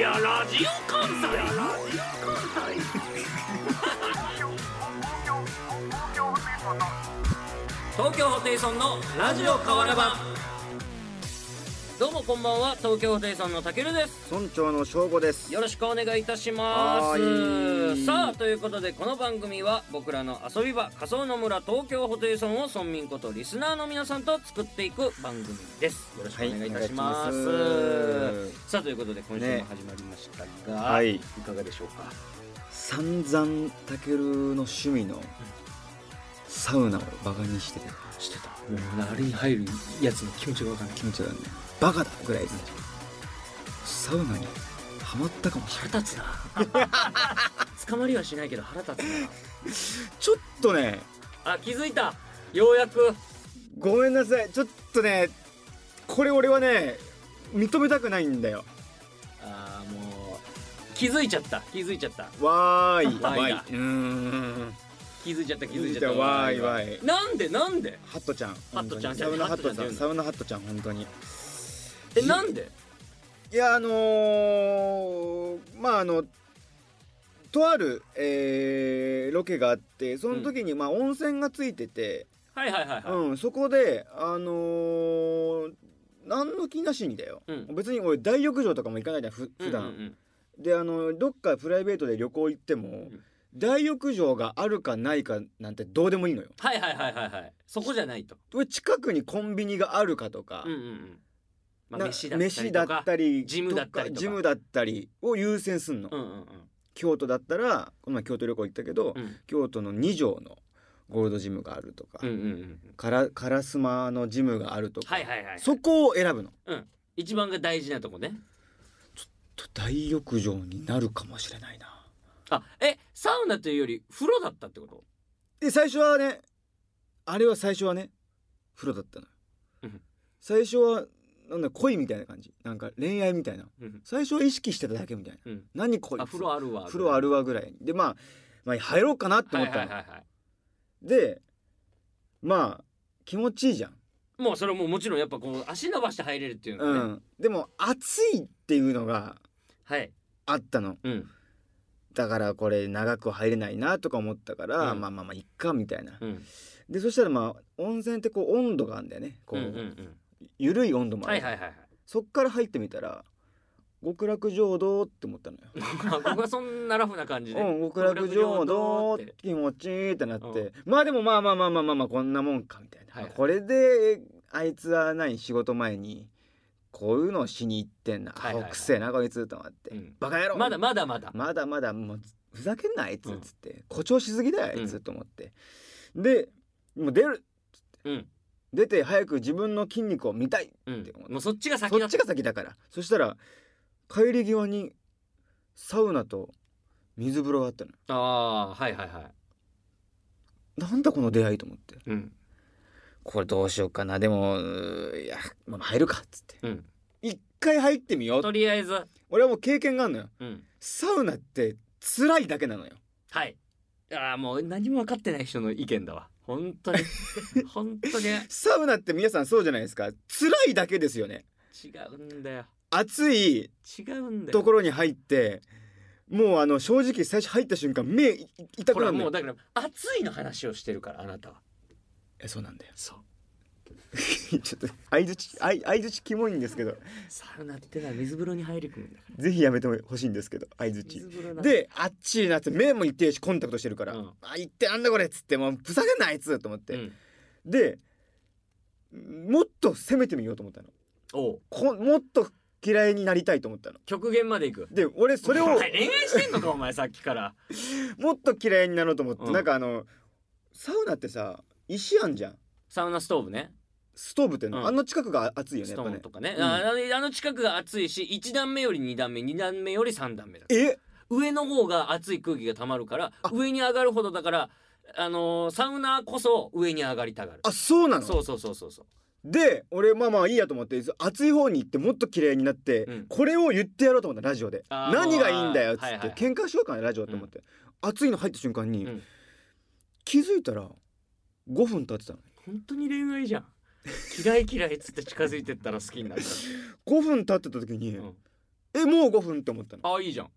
やラジオ関西東京ホテイソンのラジオ河原版どうもこんばんは東京ホテイソンのたけるです村長の正吾ですよろしくお願いいたしまはーすいさあということでこの番組は僕らの遊び場仮想の村東京ホテイソンを村民ことリスナーの皆さんと作っていく番組ですよろしくお願いいたします,、はいお願いしますさあということで今週もね始まりましたが、、はいいかがでしょうか散々たけるの趣味のサウナをバカにしててしてたもうあれに入るやつの気持ちがわかんない気持ちだねバカだぐらいサウナにハマったかもしれない腹立つな 捕まりはしないけど腹立つちょっとねなあ気づいたようやくごめんなさいちょっとねこれ俺はね認めたくないんだよあーもう気づいちゃった気づいちゃったわーいわーいだうーん気づいちゃった気づいちゃったわーいわーいなんでなんでハットちゃんハットちゃん本当にサウナハッハトットちちゃゃんんサウナハットちゃん本当にえなんでいやあのーまああのとある、えーロケがあってその時に、まあ温泉がついてて、はいはいはいはいうん、そこであのー何の気なしにだよ、うん別に俺大浴場とかも行かないじゃんふ普段、うんうんうんであのどっかプライベートで旅行行っても、ん大浴場があるかないかなんてどうでもいいのよはいはいはいはいはいそこじゃないと俺近くにコンビニがあるかとか、うんうんうんまあな飯だったりとか飯だったりジムだったりとかジムだったりを優先すんの、うんうん京都だったらこの前京都旅行行ったけど、うんうん京都の2条のゴールドジムがあるとか、うんうんうんから烏丸のジムがあるとか、はいはいはいそこを選ぶのうん一番が大事なとこねと大浴場になるかもしれないなあえサウナというより風呂だったってことで最初はねあれは最初はね風呂だったのよ、うん最初はなんだ恋みたいな感じなんか恋愛みたいなうん最初は意識してただけみたいなうん何こいつあ風呂あるわ風呂あるわぐらいでまあまあ入ろうかなっては思いっはたいの、はいはいでまあ気持ちいいじゃんもうそれはもうもちろんやっぱこう足伸ばして入れるっていうのうがねん、でも暑いっていうのがはいあったのうんだからこれ長く入れないなとか思ったから、うんまあまあまあいっかみたいな、うんでそしたらまあ温泉ってこう温度があるんだよねこうう、んうん緩い温度うんもあはる、いはいはい はいそっから入ってみたら極楽浄土って思ったのよ、まあ僕はそんなラフな感じで、うん、極楽浄土って気持ちいいってなって、まあでもまあまあまあまあまあまあこんなもんかみたいな、はいはいこれであいつは何仕事前にこういうのをしに行ってんな、はいはいはい青くせえなこいつと思って、うんバカ野郎まだまだまだ、まだまだもうふざけんなあいつうっんつって、誇張しすぎだよあいつと思って、でもう出るうん出て早く自分の筋肉を見たいうん、もうそっちが先そだっちが先だからそしたら帰り際にサウナと水風呂があったのああーはいはいはい、なんだこの出会いと思ってうんこれどうしようかなでもうーいやまあ入るかっつってうん、一回入ってみようとりあえず、俺はもう経験があるのようん、サウナって辛いだけなのよはいああもう何も分かってない人の意見だわ本当 に本当に違サウナって皆さんそうじゃないですか辛いだけですよねうんだよ暑い違うんだよところに入ってもうあの正直最初入った瞬間目い痛こくれはなるのもうよだから暑いの話をしてるからあなたはえそうなんだよ そうちょっと相づち相づちキモいんですけどサウナってのは水風呂に入り込 むんだからぜひやめてほしいんですけど相づち水風呂なんだであっちになって目も痛いしコンタクトしてるから、うんあ行ってなんだこれっつってもうふざけんなあいつと思って、うん、でもっと攻めてみようと思ったのおうこもっと嫌いになりたいと思ったの極限までいくで俺それをお前恋愛してんのかお前さっきからもっと嫌いになろうと思って、うんなんかあのサウナってさ石あんじゃんサウナストーブねストーブっての、うんあの近くが熱いよねスやトっぱーンねとかねうんああの近くが暑いし1段目より2段目2段目より3段目だえ上の方が熱い空気がたまるからあ上に上がるほどだからあのーサウナーこそ上に上がりたがるあそうなのそうそうそうそうそうで俺まあまあいいやと思って熱い方に行ってもっと嫌いになって、うんこれを言ってやろうと思ったラジオであー何がいいんだよっつって、はいはい喧嘩しようかなラジオと思って、熱いの入った瞬間に、うん気づいたら5分経ってたの本当に恋愛じゃん嫌い嫌いっつって近づいてったら好きになった、 5分経ってた時に、うんえもう5分って思ったのああいいじゃん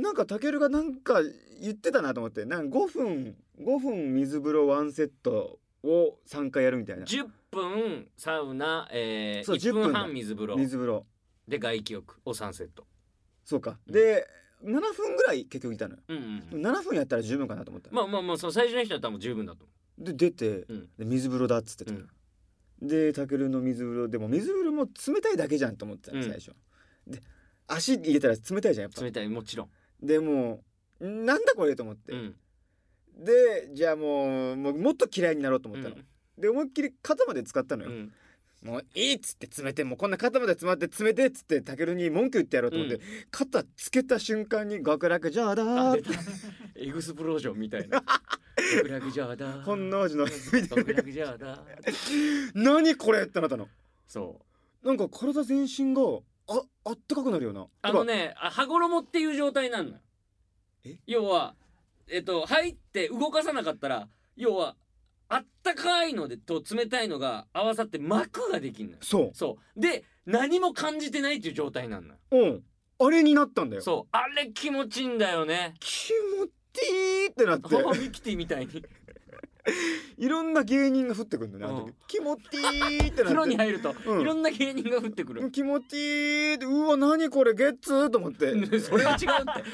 なんかたけるがなんか言ってたなと思ってなんか5分5分水風呂1セットを3回やるみたいな10分サウナ、えー、そう1 10分分だ半水風呂水風呂で外気浴を3セットそうかうんで7分ぐらい結局いたのようんうんうん7分やったら十分かなと思ったの、まあまあまあその最初の人は多分十分だとで出て、うんで水風呂だっつってた思のう、でたけるの水風呂でも水風呂も冷たいだけじゃんと思ってたのうん最初、で足入れたら冷たいじゃんやっうん、ぱ冷たいもちろん、でもうなんだこれと思って、うんでじゃあもうもうもっと嫌いになろうと思ったの、で思いっきり肩まで使ったのうよ、んもういいっつって詰めてもうこんな肩まで詰まって詰めてっつってたけるに文句言ってやろうと思って、うん肩つけた瞬間に極楽じゃあだあー出たエグスプロージョンみたいな極楽じゃあだ本能寺の 極楽じゃあだ何これってなったのそうなんか体全身がああったかくなるよなあのねあ羽衣っていう状態なのよえ要はえっと入って動かさなかったら要はあったかいのでと冷たいのが合わさって膜ができんのよそそうで何も感じてないっていう状態なんだよううんあれになったんだよそうあれ気持ちいいんだよね気持ちいいってなっ あてミキティみたいにいろんな芸人が降ってくるんだよね、あのうん時気持ちいいって風な呂っにて入るとうんいろんな芸人が降ってくうんる、気持ちいいってうわ何これゲッツーと思ってそれは違うっ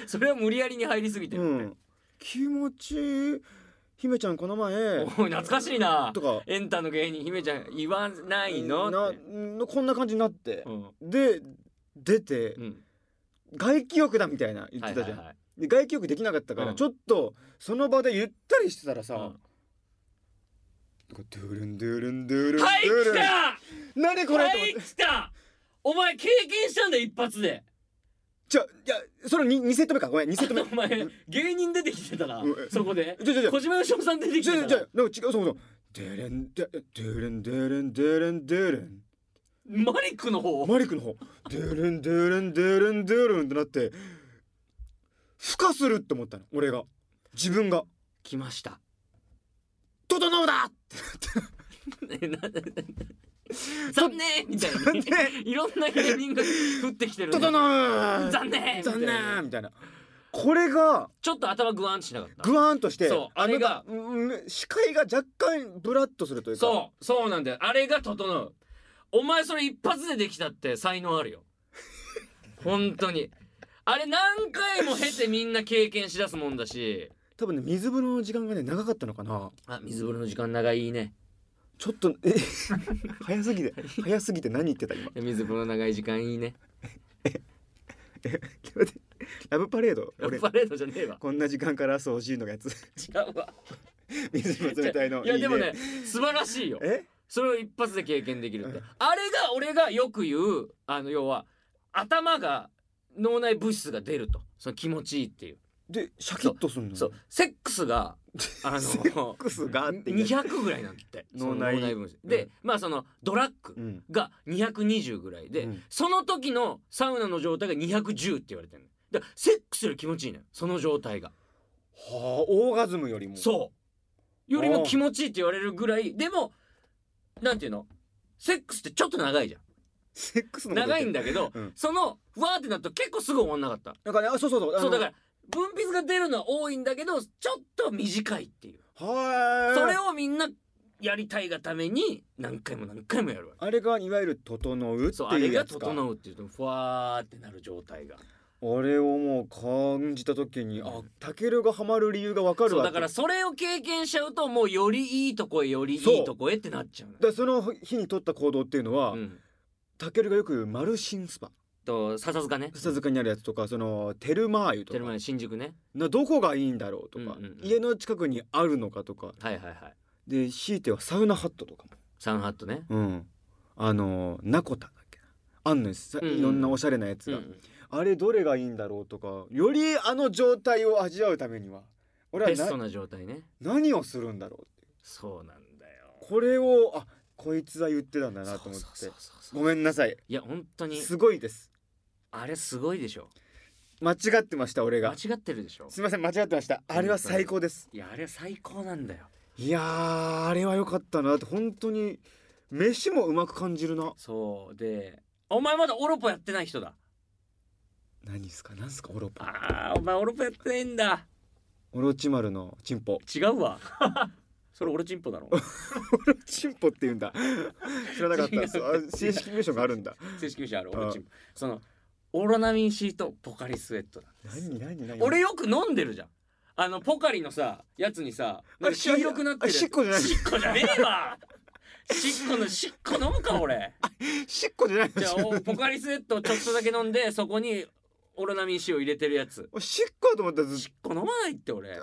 てそれは無理やりに入りすぎてる、うん気持ちいい姫ちゃんこの前おい懐かしいなとかエンタの芸人姫ちゃん言わないのなってのこんな感じになってう、んで出て、うん外気浴だみたいな言っはいてはたいじゃん、はいで外気浴できなかったから、うんちょっとその場でゆったりしてたらさ、うんドゥルンドゥルンドゥルンドはいゥル来ン、た何これ、はと思っいて来たお前経験したんだ一発でじゃいやその 2, セット目かごめん2セット目 お前芸人出てきてたらうんそこでじゃじゃじゃ小島よしおさん出てきじゃてじたゃらなんか違うそうそうドゥルンドゥドゥルンドゥルンドゥルンドゥルンマリックの方マリックの方ドゥルンドゥルンドゥルンドゥルンってなって孵化するって思ったの俺が自分が来ました「整うだ!」って残念みたいな念いろんな芸人が降ってきてるね整う残念残みたいな念みたいなこれがちょっと頭グワンしなかったグワーンとしてそうああれれがが視界が若干ブラッとするというかそうそうなんだよあれが整うお前それ一発でできたって才能あるよ本当にあれ何回も経てみんな経験しだすもんだし多分ね水風呂の時間がね長かったのかなあ水風呂の時間長いいいねちょっとえ 早すぎて早すぎて何言ってた今 水風呂長い時間いいねラブパレード俺パレードじゃねえわこんな時間から朝欲しいのが やつ違うわ水風呂冷たいのいやでもね素晴らしいよえそれを一発で経験できるって、うんあれが俺がよく言うあの要は頭が脳内物質が出るとその気持ちいいっていう、でシャキッとすんのそうセックスがあのセックスがって言う200ぐらいなんだって脳内その分子で、うんまあそのドラッグうんが220ぐらいで、うんその時のサウナの状態が210って言われてるのだからセックスより気持ちいいのよその状態がはあオーガズムよりもそうよりも気持ちいいって言われるぐらいでもなんていうのセックスってちょっと長いじゃんセックスのこと長いんだだけど、うんそのわーってなると結構すぐ終わんなかっただからあそうそうそうあのそうだから分泌が出るのは多いんだけどちょっと短いっていうはーいそれをみんなやりたいがために何回も何回もやるわけあれがいわゆる整うってそうあれいうがやつか整うっていうとふわーってなる状態があれをもう感じた時にあタケルがハマる理由がわかるそうわだからそれを経験しちゃうともうよりいいとこへよりいいとこへってなっちゃうのよだからその日に取った行動っていうのは、うん、タケルがよく言うマルシンスパと笹塚ね笹塚にあるやつとかそのテルマー湯とテルマかエ新宿ねなどこがいいんだろうとか、うんうんうん家の近くにあるのかとかはいはいはいで強いてはサウナハットとかサンハットね、も、うん、あのナコタだっけなあんのよさうんうんいろんなおしゃれなやつうんが、うんあれどれがいいんだろうとかよりあの状態を味わうためには俺はベストなな状態ね何をするんだろうってそうなんだよこれをあこいつは言ってたんだなとそう思っそうそてうそうごめんなさいいや本当にすごいですあれすごいでしょ間違ってました俺間が違ってるでしょすみません間違ってましたあれは最高ですいやあれ最高なんだよいやーあれは良かったなって本当に飯もうまく感じるなそうでお前まだオロポやってない人だ何ですか何すかオロポンああお前オロポやってないんだオロチマルのチンポ 違うわそれ俺チンポだろオロチンポって言うんだ 知らなかったです違うあ正式名称があるんだ正式名称あるあ俺あチンポそのオロナミン C とポカリスエットだ何何何俺よく飲んでるじゃんあのポカリのさやつにさなんかあ茶色くなってるあしっこじゃないしっこじゃねえわしっこのしっこ飲むか俺しっこじゃないのじ ゃあおポカリスエットをちょっとだけ飲んでそこにオロナミン C を入れてるやつおしっこだと思ったらずしっこ飲まないって 俺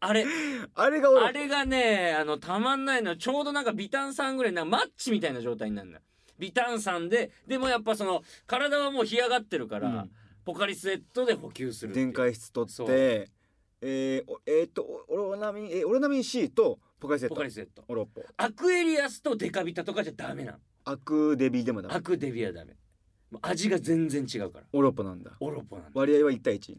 あれあれがオロあれがねあのたまんないのちょうどなんかビタン酸ぐらいなマッチみたいな状態になるのよビタン酸ででもやっぱその体はもう干上がってるから、うんポカリスエットで補給するっていう電解質取そっうてえー、おえーっとおオロナミンえーオロナミン C とポカリスエッポトカリスエットオロポアクエリアスとデカビタとかじゃダメなのアクデビでもダアメクデビはダメもう味が全然違うからオロポなんだオロポなんだ割合は1対 1?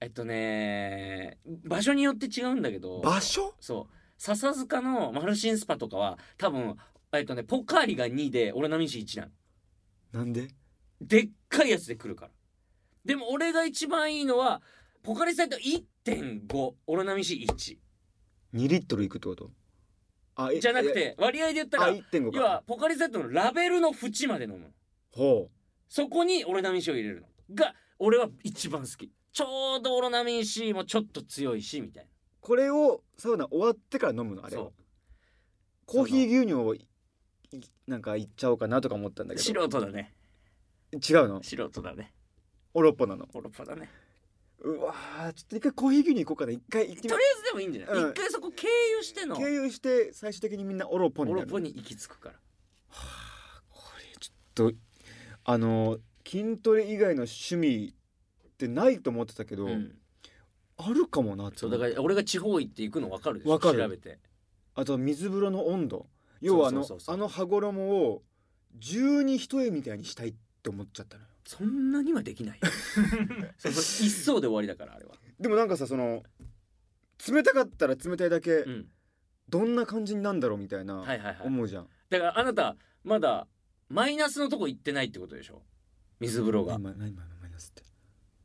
えっとね場所によって違うんだけど場所そう笹塚のマルシンスパとかは多分えっとねポカリが2でオロナミン C 1なのなんででっかいやつで来るからでも俺が一番いいのはポカリスエット1.5オロナミン C1 2リットルいくってことあえじゃなくて割合で言ったあら1.5か要はポカリスエットのラベルの縁まで飲むのほそこにオロナミン C を入れるのが俺は一番好きちょうどオロナミン C もちょっと強いしみたいうこれをサウナ終わってから飲むのあなれはそコーヒー牛乳をいなんかいっちゃおうかなとか思ったんだうけ素ど人だね違うの素人だねオロポなのオロパだねうわーちょっと一回コーヒー牛乳行こうかな一回行ってとみりあよえずでもいいんじゃない、うん一回そこ経由してうの経由して最終的にみんなオロポにオなロるポに行き着くからこれちょっとあの筋トレ以外の趣味ってないと思ってたけど、うんあるかもなってそう思だうから俺が地方行って行くの分かるでしょ分かる調べてあとは水風呂の温度要はあのそうそうそうそうあの羽衣を十二一重みたいにしたいって思っちゃったのよそんなにはでき ないよその一層で終わりだからあれは、でもなんかさその冷たかったら冷たいだけ、うん、どんな感じになんだろうみたいな、はいはいはい思うじゃんだからあなたまだマイナスのとこ行ってないってことでしょ水風呂今が何今のマイナスって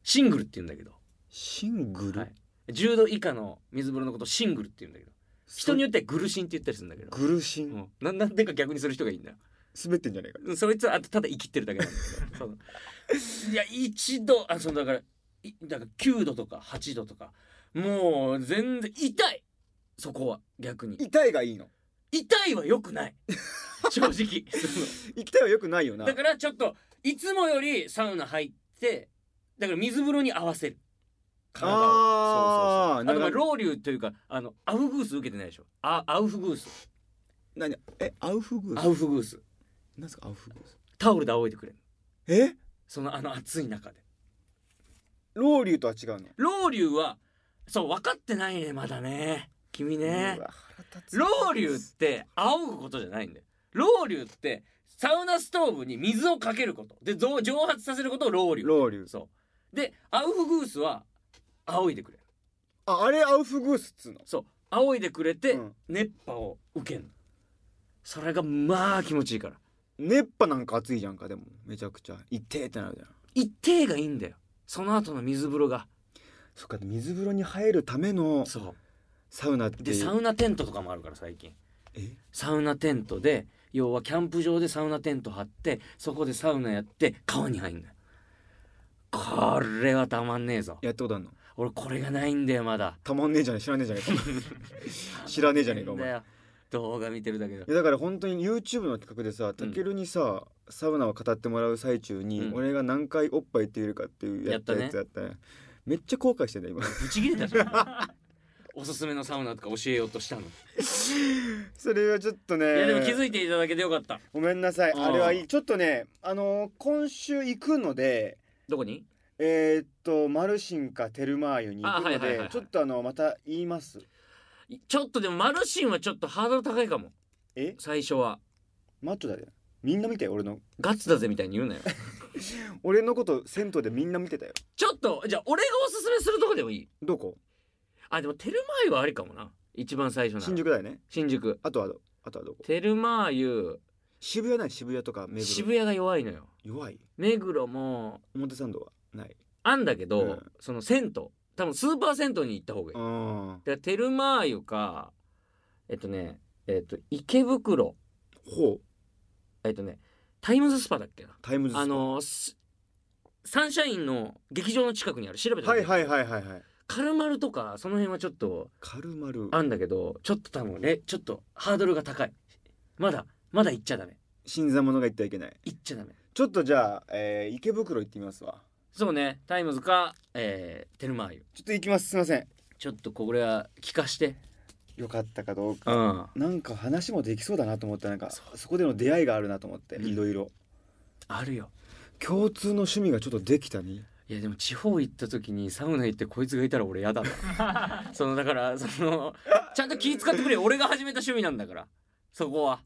シングルって言うんだけど、シングル、はい、10度以下の水風呂のことシングルって言うんだけど人によっってはグルシンって言ったりするんだけどて、グルシン、うん、ななんでか逆にする人がいいんだよ滑ってんじゃねえかそいつはあとただ生きってるだけなんだ けどそのいや一度あそのだからいだから9度とか8度とかもう全然痛いそこは逆に痛いがいいの痛いは良く ない正直痛いはよくないよそのなだからちょっといつもよりサウナ入ってだから水風呂に合わせる体をあーそうそうそうあとまなあるロウリュウというかあのアウフグース受けてないでしょあアウフグース何えアウフグーアスウフグース何ですかアウフグースタオルで仰いでくれるえそのあの暑い中でロウリュウとは違うのロウリュウはそう分かってないねまだね君ねうわ腹立つロウリュウって仰ぐことじゃないんだよロウリュウってサウナストーブに水をかけることでぞ蒸発させることをロウリュウロウリュウそうでアウフグースは仰いでくれるああれアウフグースっつうのそう仰いでくれてうん熱波を受けるのそれがまあ気持ちいいから熱波なんか暑いじゃんかでもめちゃくちゃ痛えってなるじゃん一定がいいんだよその後の水風呂がそっか水風呂に入るためのそサウナってうでサウナテントとかもあるから最近えサウナテントで要はキャンプ場でサウナテント張ってそこでサウナやって川に入んだよこれはたまんねえぞやったことあんの俺これがないんだよまだたまんねえじゃねえ知らねえじゃねえか知らねえじゃねえかおん前だよ動画見てるだけだいやだから本当に YouTube の企画でさたけるにさ、サウナを語ってもらう最中に、うん俺が何回おっぱいって言えるかっていうやったややっつたやったねめっちゃ後悔してん だ今ブチ切れたじゃんおすすめのサウナとか教えようとしたの、それはちょっとねいやでも気づいていただけてよかったごめんなさいあーあれはいいちょっとねあのー今週行くのでどこにえー、っとマルシンかテルマーユに行くので、あはいはいはいはいちょっとあのまた言いますちょっとでもマルシンはちょっとハードル高いかもえ最初はマッチョだよみんな見て俺のガッツだぜみたいに言うなよ俺のこと銭湯でみんな見てたよちょっとじゃあ俺がおすすめするとこでもいいどこあでもテルマーユはありかもな一番最初なら新宿だよね新宿あとはどあとはどこテルマーユ渋谷ない渋谷とか目黒渋谷が弱いのよ弱い目黒も表参道はないあんだけど、うんその銭湯多分スーパー銭湯に行った方がいい、あでテルマー湯かえっとねえっと池袋ーほうえっとねタイムズスパだっけなタイムズスパあのすサンシャインの劇場の近くにある調べたはいはいいはいはいはいカルマルとかその辺はちょっとカルマルあんだけどちょっと多分ねちょっとハードルが高いまだまだ行っちゃダメ新参者が言ってはいけない行っちゃダメちょっとじゃあ、えー池袋行ってみますわそうねタイムズか、えー、テルマー湯ちょっと行きますすいませんちょっとこれは聞かしてよかったかどうかうんなんか話もできそうだなと思ってなんかそそこでの出会いがあるなと思ってうんいろいろあるよ共通の趣味がちょっとできたにいやでも地方行った時にサウナ行ってこいつがいたら俺やだ なそのだからそのちゃんと気使ってくれよ俺が始めた趣味なんだからそこは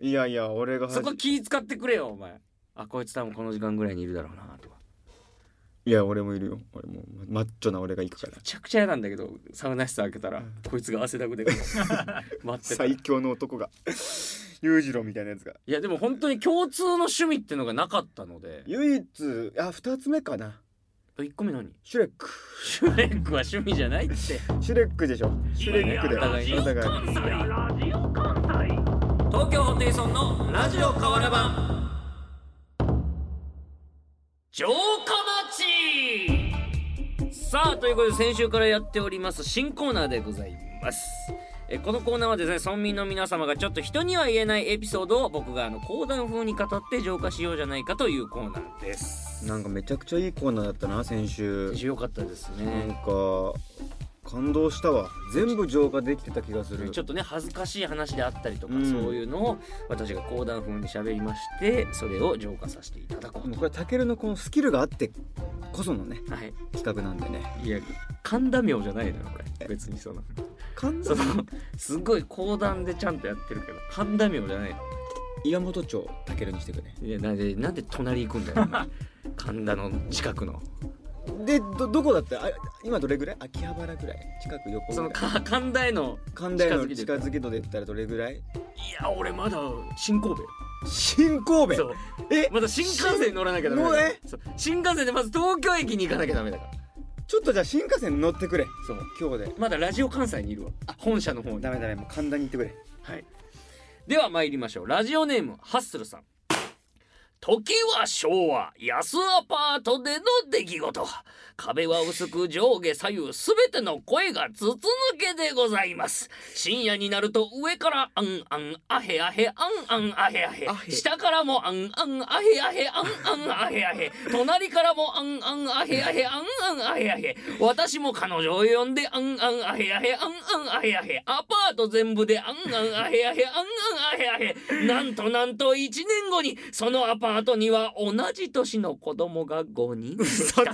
いやいや俺がそこ気使ってくれよお前あこいつ多分この時間ぐらいにいるだろうなとかいや俺もいるよ俺もマッチョな俺が行くからめちゃくちゃ嫌なんだけどサウナ室開けたらうんこいつが汗だくで 待ってた最い強の男が 裕次郎みたいなやつがやでも本当に共通の趣味ってのがなかったので唯一あ二つ目かな1個目何シュレックシュレックは趣味じ ゃないってシュレックでしょシュレックだよいやお互い東京ホテイソンのラジオ変わら版城下町さあということで先週からやっております新コーナーでございますえこのコーナーはですね村民の皆様がちょっと人には言えないエピソードを僕があの講談風に語って浄化しようじゃないかというコーナーですなんかめちゃくちゃいいコーナーだったな先週先週よかったですなんね、か感動したわ全部浄化できてた気がするちょっとね恥ずかしい話であったりとか、うんそういうのを私が講談風に喋りましてそれを浄化させていただこうもうこれたけるのこのスキルがあってこそのねと、はい企画なんでねいや神田名じゃないのよこれ別にその神そ田のすごい講談でちゃんとやってるけど神田名じゃない岩本町たけるにしてくれのいやなんでなんで隣行くんだよお 前神田の近くのでどどこだったあ今どれぐらい秋葉原ぐらい近く横ぐそらのいか神田への神田へ近のづきで近づき度で言ったらどれぐらいいや俺まだ新神戸よ新神そう戸えまだ新幹線に乗らなきゃダメだからもうねそう新幹線でまず東京駅に行かなきゃダメだからちょっとじゃあ新幹線乗ってくれそう今日でまだラジオ関西にいるわ本社の方にダメダメもう神田に行ってくれはい。では参りましょう。ラジオネーム、ハッスルさん。時は昭和、安アパートでの出来事。壁は薄く上下左右すべての声が筒抜けでございます。深夜になると上からあんあんあへあへあんあんあへあへあへ下からもあんあんあへあへあんあんあへあへ隣からもあんあんあへあへあんあんあへあへ私も彼女を呼んであんあんあへあへあんあんあへあへアパート全部であんあんあへあへあんあんあへあへなんとなんと1年後にそのアパートには同じ年の子供が5人嘘つけ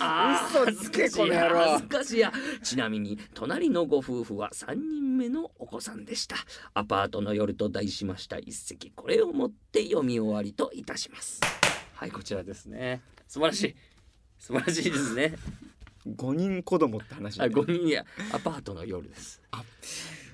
あー嘘つけこの野郎恥ずかしいやちなみに隣のご夫婦は3人目のお子さんでしたアパートの夜と題しました一席これをもって読み終わりといたしますはいこちらですね素晴らしい素晴らしいですね5人子供って話あだね5人やアパートの夜です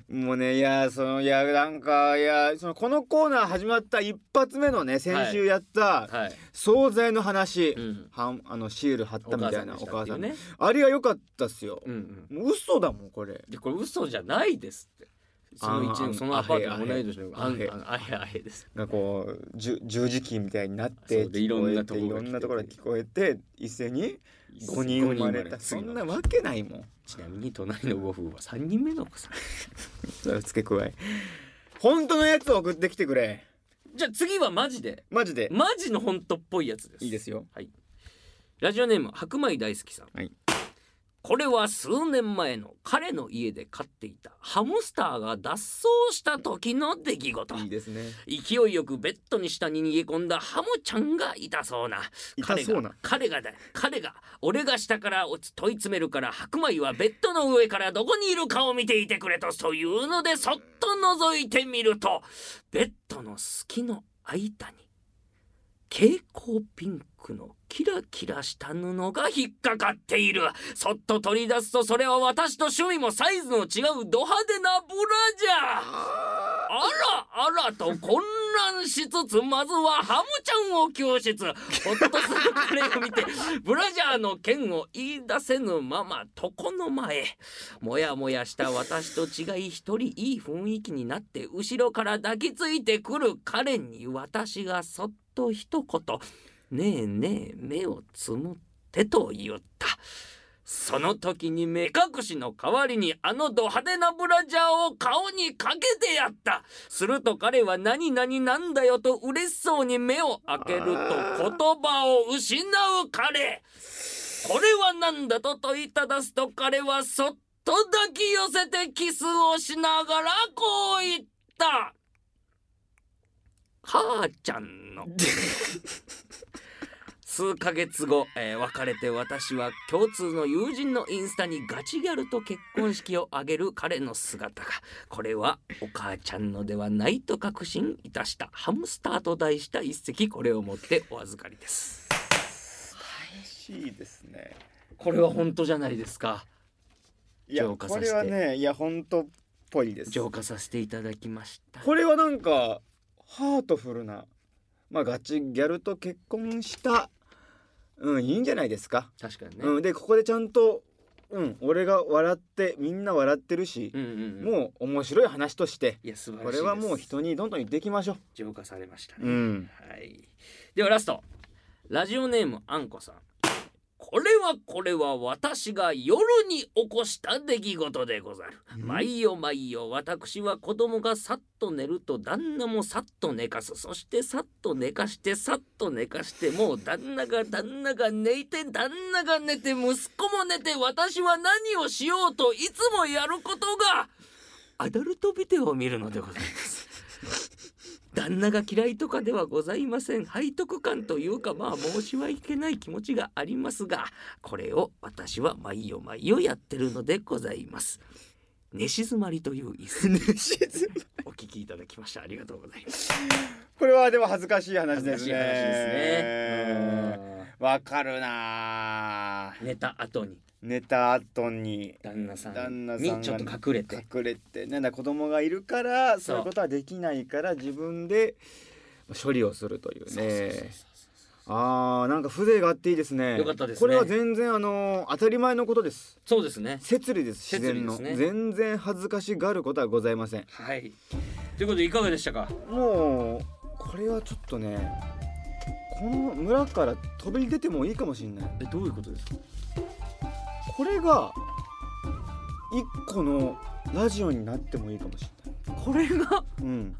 もうねいやそのいやなんかいやそのこのコーナー始まった一発目のね先週やったはい、惣菜の話、うん、はんあのシール貼ったみたいなお母さでん,、したっていうねあれが良かったっすよう、んうんもう嘘だもんこれでこれ嘘じゃないですってその一あー年そのアパートあのへ同い年のああんへあんあへあへですがこう十十字キーみたいになってそうで聞こえていいろろんんななととこころろがが聞こえて一斉に5人生まれたそんなわけないもんちなみに隣のご夫婦は3人目のお子さん。それ付け加え本当のやつを送ってきてくれじゃあ次はマジで、マジでマジの本当っぽいやつです。いいですよはい。ラジオネーム白米大好きさん。はいこれは数年前の彼の家で飼っていたハムスターが脱走した時の出来事。いいですね勢いよくベッドに下に逃げ込んだハムちゃんがいたそうな痛そうな彼が彼がだ彼が俺が下からおつ問い詰めるから白米はベッドの上からどこにいるかを見ていてくれとそういうのでそっと覗いてみるとベッドの隙の間に蛍光ピンクのキラキラした布が引っかかっているそっと取り出すとそれは私と趣味もサイズの違うド派手なブラジャーあらあらとこん乱しつつまずはハムちゃんを救出ホッとする彼を見てブラジャーの剣を言い出せぬまま床の間へもやもやした私と違い一人いい雰囲気になって後ろから抱きついてくる彼に私がそっと一言「ねえねえ目をつむって」と言った。その時に目隠しの代わりにあのド派手なブラジャーを顔にかけてやったすると彼は何々なんだよと嬉しそうに目を開けると言葉を失う彼これは何だと問いただすと彼はそっと抱き寄せてキスをしながらこう言った母ちゃんの数ヶ月後、えー別れて私は共通の友人のインスタにガチギャルと結婚式を挙げる彼の姿がこれはお母ちゃんのではないと確信いたしたハムスターと題した一席これをもってお預かりです嬉しいですねこれは本当じゃないですかいや浄化さこせてれはねいや本当っぽいです浄化させていただきましたこれはなんかハートフルなまあガチギャルと結婚したうんいいんじゃないですか、確かにね、うん、でここでちゃんとうん俺が笑ってみんな笑ってるしう、んうんうんもう面白い話としていや素晴らしいこですれはもう人にどんどん言っていきましょ浄化されましたね、ううんはい。ではラスト。ラジオネームあんこさん。これはこれは私が夜に起こした出来事でござる。ん毎夜毎夜私は子供がさっと寝ると旦那もさっと寝かす。そしてさっと寝かしてさっと寝かしてもう旦那が旦那が寝て旦那が寝て息子も寝て私は何をしようといつもやることがアダルトビデオを見るのでございます。旦那が嫌いとかではございません背徳感というかまあ申し訳ない気持ちがありますがこれを私は毎夜毎夜やってるのでございます寝静まりという一節お聞きいただきましたありがとうございますこれはでも恥ずかしい話恥ずでかすしねい話ですねわかるなうん寝た後に寝た後に旦那さん旦那さんにがちょっと隠れて隠れてなんだ子供がいるからそういうことはできないから自分で処理をするというそうそうそうそうねあーなんか風情があっていいですねよかったですねこれは全然あのー当たり前のことですそうですね摂理です自然の、摂理ですね全然恥ずかしがることはございませんはいということでいかがでしたかもうこれはちょっとねこの村から飛び出てもいいかもしれないえどういうことですかこれが一個のラジオになってもいいかもしれないこれがうん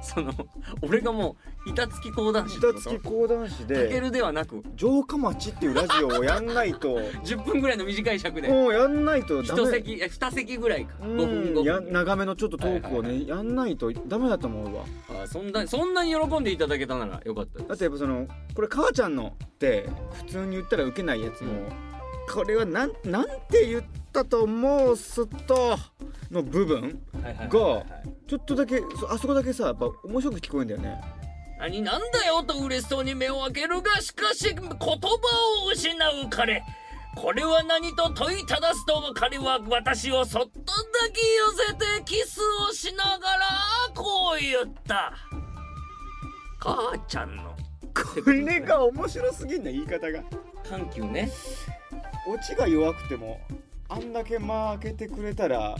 その俺がもう板付き講談師って板こと付き講談師かけでるではなく「城下町」っていうラジオをやんない と10分ぐらいの短い尺でもうやんないとダ一メ席え二席ぐらいかう5分ん5や分長めのちょっとトークをね、はいやんないとダメだと思うわあそんなそんなに喜んでいただけたならよかっただでってやっぱそのこれ母ちゃんのって普通に言ったらウケないやつも、これはなんなんて言ったと申すとの部分すはいはいはいがはいちょっとだけそあそこだけさやっぱ面白く聞こえるんだよね何なんだよと嬉しそうに目を開けるがしかし言葉を失う彼これは何と問いただすと彼は私をそっと抱き寄せてキスをしながらこう言った母ちゃんのこれが面白すぎんね言い方が緩急ねオチが弱くてもあんだけ間開けてくれたら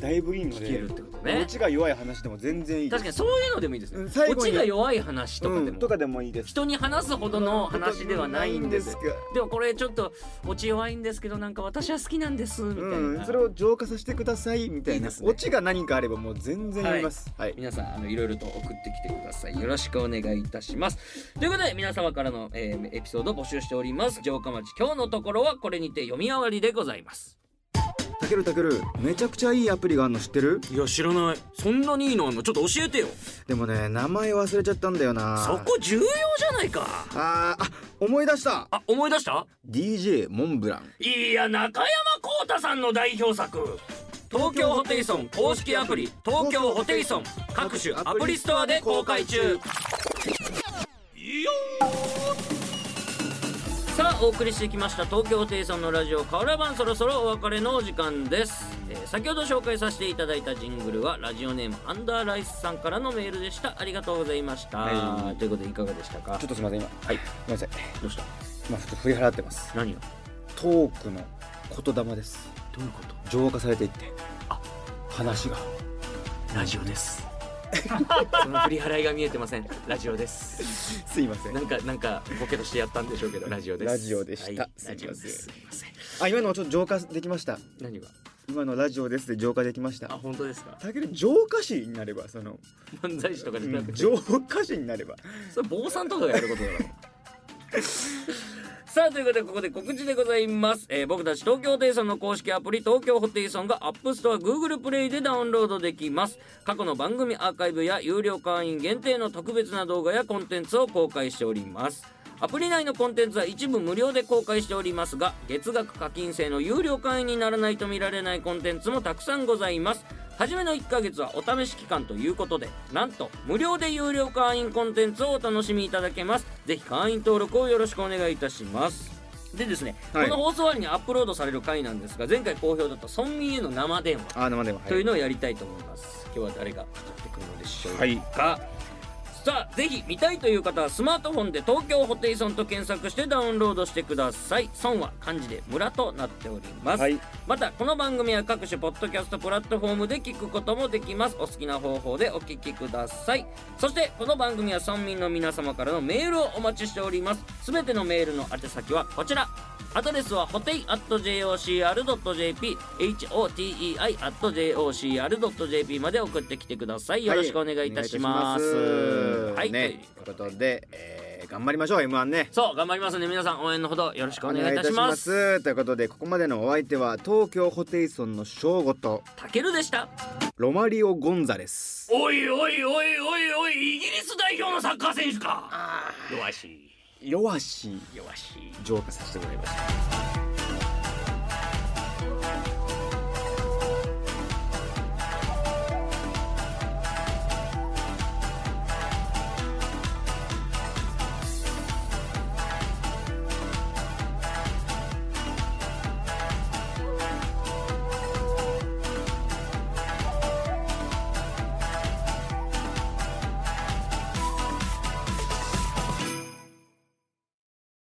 だいぶいいの聞けでるってことオねチが弱い話でも全然いい確かにそういうのでもいいですうねん最後オにチが弱い話とかでうんもとかでもいいです人に話すほどの話ではないんですけどでもこれちょっとオチ弱いんですけどなんか私は好きなんですみたいな、うん、それを浄化させてくださいみたいいいなですねオチが何かあればもう全然言いますはい、皆さんあのいろいろと送ってきてくださいよろしくお願いいたしますということで皆様からの、えーエピソードを募集しております城下町今日のところはこれにて読み終わりでございますたけるたけるめちゃくちゃいいアプリがあるの知ってるいや知らないそんなにいいのあんのちょっと教えてよでもね名前忘れちゃったんだよなそこ重要じゃないかあーあ思い出したあ思い出した DJ モンブランいや中山浩太さんの代表作東京ホテイソン公式アプリ東京ホテイソン各種アプリストアで公開中さあお送りしてきました東京ホテイソンのラジオカオラ版そろそろお別れのお時間です、えー先ほど紹介させていただいたジングルはラジオネームアンダーライスさんからのメールでしたありがとうございました、はいということでいかがでしたかちょっとすみません今はいごめんなさいどうした今ちょっと振り払ってます何をトークの言霊ですどういうこと浄化されていって話がラジオですその振り払いが見えてませんラジオですすいませんなんかなんかボケとしてやったんでしょうけどラジオですラジオでしたはいすいませんラジオですすいませんあ今のちょっと浄化できました何が今のラジオですで浄化できましあた本当です かたける浄化師になればその、漫才師とかじゃなくうんて浄化師になればそれ坊さんとかがやることだろ さあということでここで告知でございます、えー僕たち東京ホテイソンの公式アプリ東京ホテイソンが App Store、Google プレイでダウンロードできます過去の番組アーカイブや有料会員限定の特別な動画やコンテンツを公開しておりますアプリ内のコンテンツは一部無料で公開しておりますが月額課金制の有料会員にならないと見られないコンテンツもたくさんございます初めの1ヶ月はお試し期間ということでなんと無料で有料会員コンテンツをお楽しみいただけますぜひ会員登録をよろしくお願いいたしますでですね、はいこの放送終わりにアップロードされる回なんですが前回好評だった村民への生電話あ生でもというのをやりたいと思います、今日は誰が語ってくるのでしょうか、はいさあぜひ見たいという方はスマートフォンで「東京ホテイソン」と検索してダウンロードしてください孫は漢字で村となっております、はいまたこの番組は各種ポッドキャストプラットフォームで聞くこともできますお好きな方法でお聞きくださいそしてこの番組は村民の皆様からのメールをお待ちしておりますすべてのメールの宛先はこちらアドレスはホテイ .jocr.jp hotei .jocr.jp まで送ってきてくださいよろしくお願いいたしますおは願いい、いたしねということで、えー、頑張りましょう M1 ねそう頑張りますね皆さん応援のほどよろしくお願いいたしますお願いいたしますということでここまでのお相手は東京ホテイソンの翔吾とたけるでしたロマリオ・ゴンザレスおいおいおいおいおいイギリス代表のサッカー選手か弱し弱し弱し浄化させてもらいました